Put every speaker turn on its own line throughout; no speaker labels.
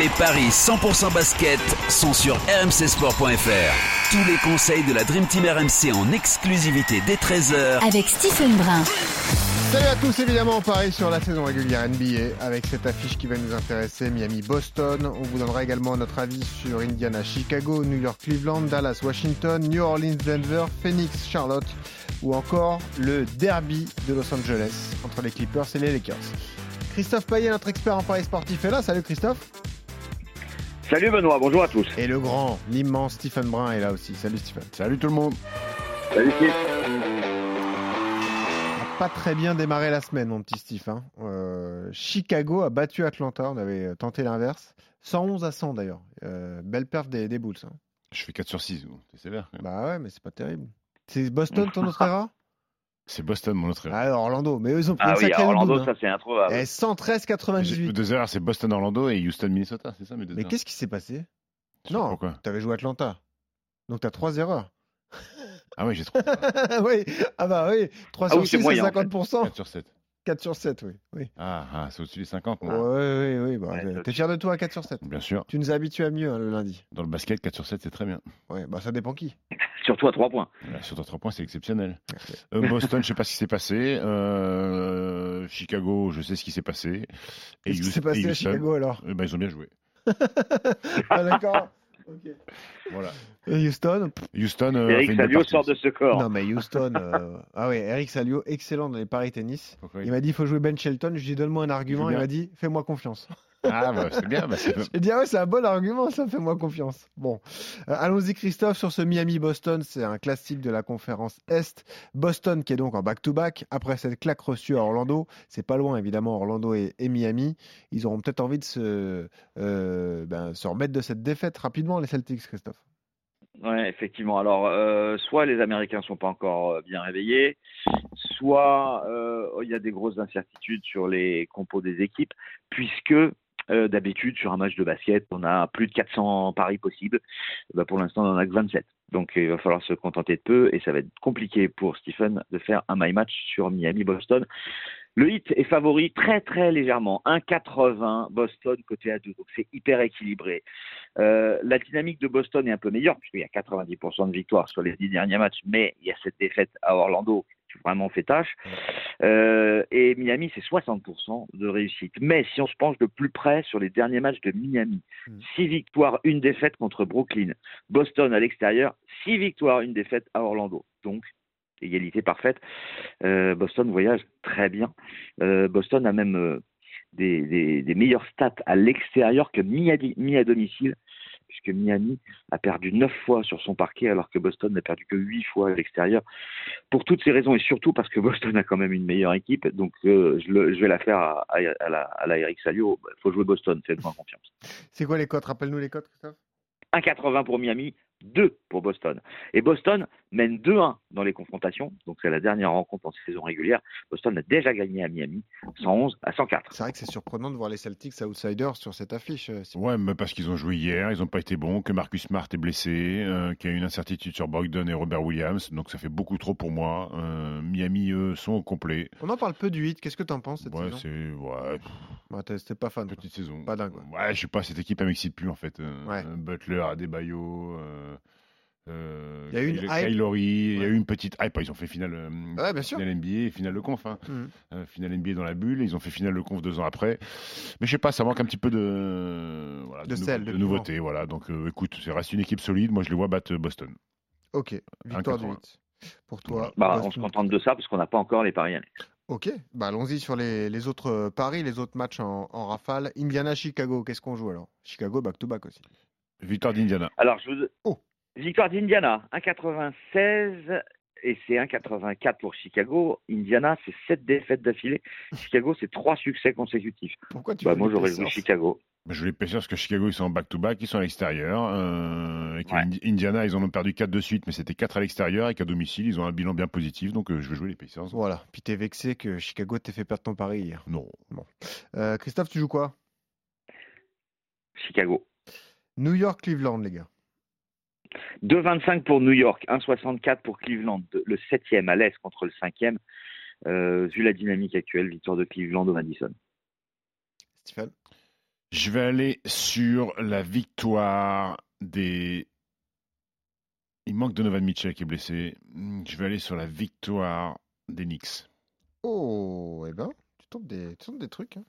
Les paris 100% basket sont sur rmcsport.fr. Tous les conseils de la Dream Team RMC en exclusivité dès 13h
Avec Stephen Brun.
Salut à tous, évidemment, Paris sur la saison régulière NBA avec cette affiche qui va nous intéresser, Miami-Boston. On vous donnera également notre avis sur Indiana-Chicago, New York-Cleveland, Dallas-Washington, New Orleans-Denver, Phoenix-Charlotte ou encore le derby de Los Angeles entre les Clippers et les Lakers. Christophe Payet, notre expert en Paris sportif, est là. Salut Christophe.
Salut Benoît, bonjour à tous.
Et le grand, l'immense Stephen Brun est là aussi. Salut Stephen. Salut tout le monde.
Salut Steve.
Pas très bien démarré la semaine, mon petit Steve. hein. Euh, Chicago a battu Atlanta. On avait tenté l'inverse. 111 à 100 d'ailleurs. Euh, belle perf des, des Bulls. hein.
Je fais 4 sur 6, c'est sévère. quand même.
Bah ouais, mais c'est pas terrible. C'est Boston ton autre erreur
C'est Boston, mon autre erreur.
Ah, Orlando. Mais eux, ils ont pris
Ah
une
oui,
sacrée
à Orlando,
boule, hein.
ça c'est introuvable.
Eh, 113-98.
Deux erreurs, c'est Boston, Orlando et Houston, Minnesota, c'est ça mes deux
Mais
erreurs
qu'est-ce qui s'est passé
Je sais pas
Non.
Pourquoi
T'avais joué Atlanta. Donc t'as trois erreurs.
Ah oui, j'ai trop.
oui. Ah bah oui. 3
Ah
sur
oui,
6,
c'est
c'est
moyen, en fait.
50%.
4 sur 7.
4 sur 7, oui. oui.
Ah, ah, c'est au-dessus des 50.
Ouais,
non
ouais, ouais. bah,
Ouais,
T'es fier de toi à 4 sur 7.
Bien sûr.
Tu nous as habitués à mieux hein, le lundi.
Dans le basket, 4 sur 7, c'est très bien.
Ouais, bah ça dépend qui.
Surtout à 3 points.
Voilà, sur 3 points, c'est exceptionnel. Euh, Boston, je sais pas ce qui s'est passé. Euh, Chicago, je sais ce qui s'est passé. Et
Qu'est-ce qui
Houston-
s'est
et
passé à
Houston,
Chicago alors
euh, bah, ils ont bien joué.
Ah d'accord. Ok.
Voilà.
Et Houston
Houston. euh, a fait
Eric
une bonne
Salio
partie
sort de
aussi.
ce corps.
Non mais Houston. euh, Ah ouais, Eric Salio, excellent dans les paris tennis.
Pourquoi
Il m'a dit, il faut jouer Ben Shelton. Je lui ai dit, donne-moi un argument. Il
bien.
m'a dit, fais-moi confiance.
Ah, bah, c'est bien. bah, c'est-
J'ai dit, ah ouais, c'est un bon argument, ça, fais-moi confiance. Bon, Euh, allons-y, Christophe, sur ce Miami-Boston. C'est un classique de la conférence Est. Boston qui est donc en back-to-back. Après cette claque reçue à Orlando, c'est pas loin, évidemment, Orlando et, et Miami. Ils auront peut-être envie de se, euh, ben, se remettre de cette défaite rapidement, les Celtics, Christophe.
Ouais, effectivement. Alors, euh, soit les Américains sont pas encore euh, bien réveillés, soit euh, il y a des grosses incertitudes sur les compos des équipes, puisque euh, d'habitude, sur un match de basket, on a plus de 400 paris possibles. Bah, pour l'instant, on en a que 27. Donc, il va falloir se contenter de peu et ça va être compliqué pour Stephen de faire un my match sur Miami-Boston. Le hit est favori très, très légèrement. 1,80 Boston côté à 2. Donc, c'est hyper équilibré. Euh, la dynamique de Boston est un peu meilleure, puisqu'il y a 90% de victoires sur les dix derniers matchs, mais il y a cette défaite à Orlando qui vraiment fait tâche. Euh, et Miami, c'est 60% de réussite. Mais si on se penche de plus près sur les derniers matchs de Miami,
Mhm.
6 victoires, une défaite contre Brooklyn. Boston à l'extérieur, 6 victoires, une défaite à Orlando. Donc, égalité parfaite. Euh, Boston voyage très bien. Euh, Boston a même euh, des, des- des meilleures stats à l'extérieur que mis à, di- mis à domicile, puisque Miami a perdu 9 fois sur son parquet, alors que Boston n'a perdu que 8 fois à l'extérieur. Pour toutes ces raisons, et surtout parce que Boston a quand même une meilleure équipe, donc euh, je, le- je vais la faire à, à- à la, à la Eric Salio. Il faut jouer Boston, faites-moi confiance.
C'est quoi les cotes Rappelle-nous les cotes, Christophe
1,80 pour Miami, 2 pour Boston. Et Boston mène 2-1 dans les confrontations, donc c'est la dernière rencontre en saison régulière. Boston a déjà gagné à Miami, 111 à 104.
C'est vrai que c'est surprenant de voir les Celtics outsiders sur cette affiche. euh, Simon.
Ouais, mais parce qu'ils ont joué hier, ils n'ont pas été bons, que Marcus Smart est blessé, euh, qu'il y a une incertitude sur Brogdon et Robert Williams, donc ça fait beaucoup trop pour moi. Euh, Miami, eux, sont au complet.
On en parle peu du 8. Qu'est-ce que t'en penses cette
Ouais,
saison
c'est ouais,
Ouais, t'es- t'es pas fan. toi.
petite saison.
Pas dingue,
Ouais, je sais pas, cette équipe, elle m'excite plus en fait. Euh,
Ouais.
euh, Butler, Adebayo. Euh, euh,
Il y a eu une
Kyle-
hype.
Kyle Lowry, il y a
Ouais.
eu une petite hype. Ils ont fait finale, euh,
Ouais, bien sûr.
finale NBA et finale de conf. hein.
Mhm.
Euh, finale NBA dans la bulle. Ils ont fait finale de conf deux ans après. Mais je sais pas, ça manque un petit peu de, voilà,
De sel, de
de nouveauté. Voilà. Donc euh, écoute, ça reste une équipe solide. Moi, je les vois battre euh, Boston.
Ok, victoire du
1,80.
8. Pour toi.
Bah, on
Boston.
se contente de ça parce qu'on n'a pas encore les paris annexes.
Ok, bah allons-y sur les, les autres euh, paris, les autres matchs en, en rafale. Indiana-Chicago, qu'est-ce qu'on joue alors Chicago back-to-back aussi.
Victoire d'Indiana.
Alors, je vous...
Oh.
Victoire d'Indiana, 1,96. et c'est 1,84 pour Chicago. Indiana, c'est 7 défaites d'affilée. Chicago, c'est 3 succès consécutifs.
Pourquoi tu
Bah,
fais
moi,
les
j'aurais
Pacers
joué Chicago.
Mais Je voulais pêcher parce que Chicago, ils sont en back-to-back, ils sont à l'extérieur. euh, et que
Ouais.
Indi- Indiana, ils en ont perdu 4 de suite, mais c'était 4 à l'extérieur. Et qu'à domicile, ils ont un bilan bien positif. Donc, euh, je vais jouer les Pacers.
Voilà. Puis t'es vexé que Chicago t'ait fait perdre ton pari hier.
Non.
Euh, Christophe, tu joues quoi
Chicago.
New York, Cleveland, les gars.
2,25 pour New York, 1,64 pour Cleveland, le 7e à l'Est contre le 5e. Euh, vu la dynamique actuelle, victoire de Cleveland au Madison.
Stéphane
Je vais aller sur la victoire des. Il manque Donovan Mitchell qui est blessé. Hmm, Je vais aller sur la victoire des Knicks.
Oh, eh ben, tu tentes des, tu tentes des trucs. hein.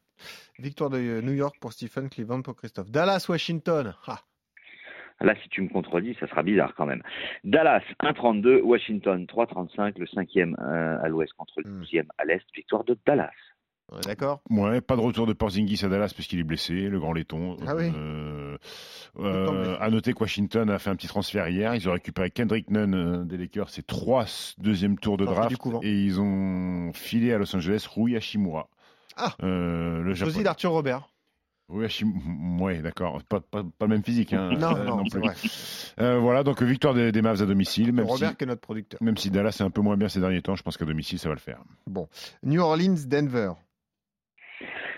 Victoire de euh, New York pour Stephen, Cleveland pour Christophe. Dallas, Washington. Ah,
Là, si tu me contredis, ça sera bizarre quand même. Dallas, 1,32. Washington, 3,35. Le 5e euh, à l'Ouest contre le
Hmm.
12e à l'Est. Victoire de Dallas.
on est d'accord
Ouais, pas de retour de Porzingis à Dallas puisqu'il est blessé, le grand laiton.
Ah oui.
Euh,
est
euh,
tombé.
à noter que Washington a fait un petit transfert hier. Ils ont récupéré Kendrick Nunn euh, des Lakers. C'est trois s- deuxième tour de
Sorti
draft.
du couvent.
Et ils ont filé à Los Angeles Rui Hashimura.
Ah.
Euh, le
Josie
japonais.
d'Arthur Robert.
Rui Hashimura. Ouais, d'accord. Pas, pas- pas le même physique. hein.
non,
Euh,
non,
plus.
c'est vrai.
Euh, voilà, donc euh, victoire des, des Mavs à domicile, même si,
Robert qui est notre producteur.
même si Dallas est un peu moins bien ces derniers temps, je pense qu'à domicile, ça va le faire.
New Orleans, Denver.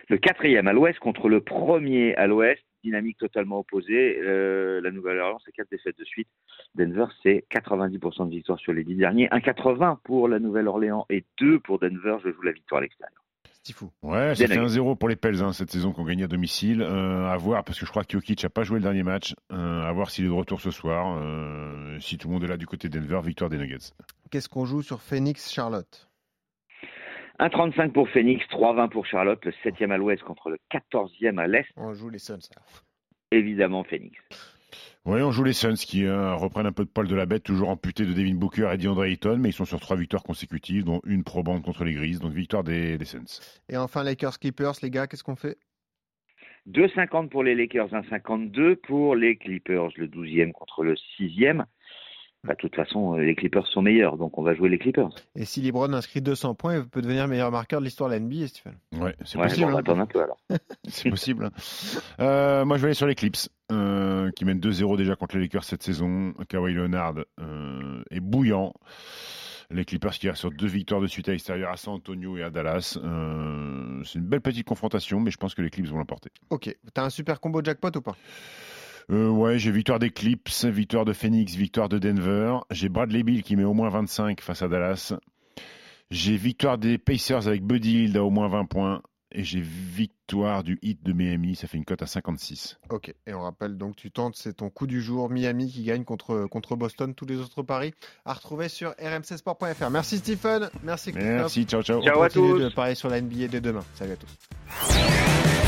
Le 4e à l'Ouest contre le 1er à l'Ouest. Dynamique totalement opposée. Euh, la Nouvelle-Orléans, c'est 4 défaites de suite. Denver, c'est 90% de victoire sur les 10 derniers. 1,80 pour la Nouvelle-Orléans et 2 pour Denver. Je joue la victoire à l'extérieur.
Stifou.
Ouais, ça fait
Bien
1-0 pour les Pels hein, cette saison qu'on gagnait à domicile. Euh, à voir, parce que je crois que Jokic n'a pas joué le dernier match. Euh, à voir s'il est de retour ce soir. Euh, si tout le monde est là du côté de Denver, victoire des Nuggets.
Qu'est-ce qu'on joue sur Phoenix, Charlotte
1,35 pour Phoenix, 3,20 pour Charlotte, le 7e à l'ouest contre le 14e à l'est,
On joue les Suns. alors.
évidemment Phoenix.
Ouais, on joue les Suns qui euh, reprennent un peu de poil de la bête, toujours amputés de Devin Booker et DeAndre Ayton, mais ils sont sur trois victoires consécutives, dont une probante contre les Grises, donc victoire des, des Suns.
Et enfin, Lakers, Clippers, les gars, qu'est-ce qu'on fait
2,50 pour les Lakers, 1,52 pour les Clippers, le 12e contre le 6e. Bah, de toute façon, euh, les Clippers sont meilleurs, donc on va jouer les Clippers.
Et si LeBron inscrit 200 points, il peut devenir meilleur marqueur de l'histoire de la NBA, Stéphane.
Ouais, c'est
Ouais,
possible.
bon, on
hein.
va attendre un peu alors.
C'est possible. Euh, moi, je vais aller sur les Clips, euh, qui mènent 2-0 déjà contre les Lakers cette saison. Kawhi Leonard euh, est bouillant. Les Clippers qui restent sur deux victoires de suite à l'extérieur à San Antonio et à Dallas. Euh, c'est une belle petite confrontation, mais je pense que les Clips vont l'emporter.
Ok. T'as un super combo jackpot ou pas
Euh, ouais, j'ai victoire des Clips, victoire de Phoenix, victoire de Denver. J'ai Bradley Bill qui met au moins 25 face à Dallas. J'ai victoire des Pacers avec Buddy Hield à au moins 20 points. Et j'ai victoire du hit de Miami, ça fait une cote à 56.
Ok. Et on rappelle donc, tu tentes, c'est ton coup du jour. Miami qui gagne contre, contre Boston. Tous les autres paris à retrouver sur rmcsport.fr. Merci Stephen. Merci Christophe.
Merci, ciao, ciao.
Ciao.
on
à
continue
tous.
de parler sur la NBA dès demain. Salut à tous.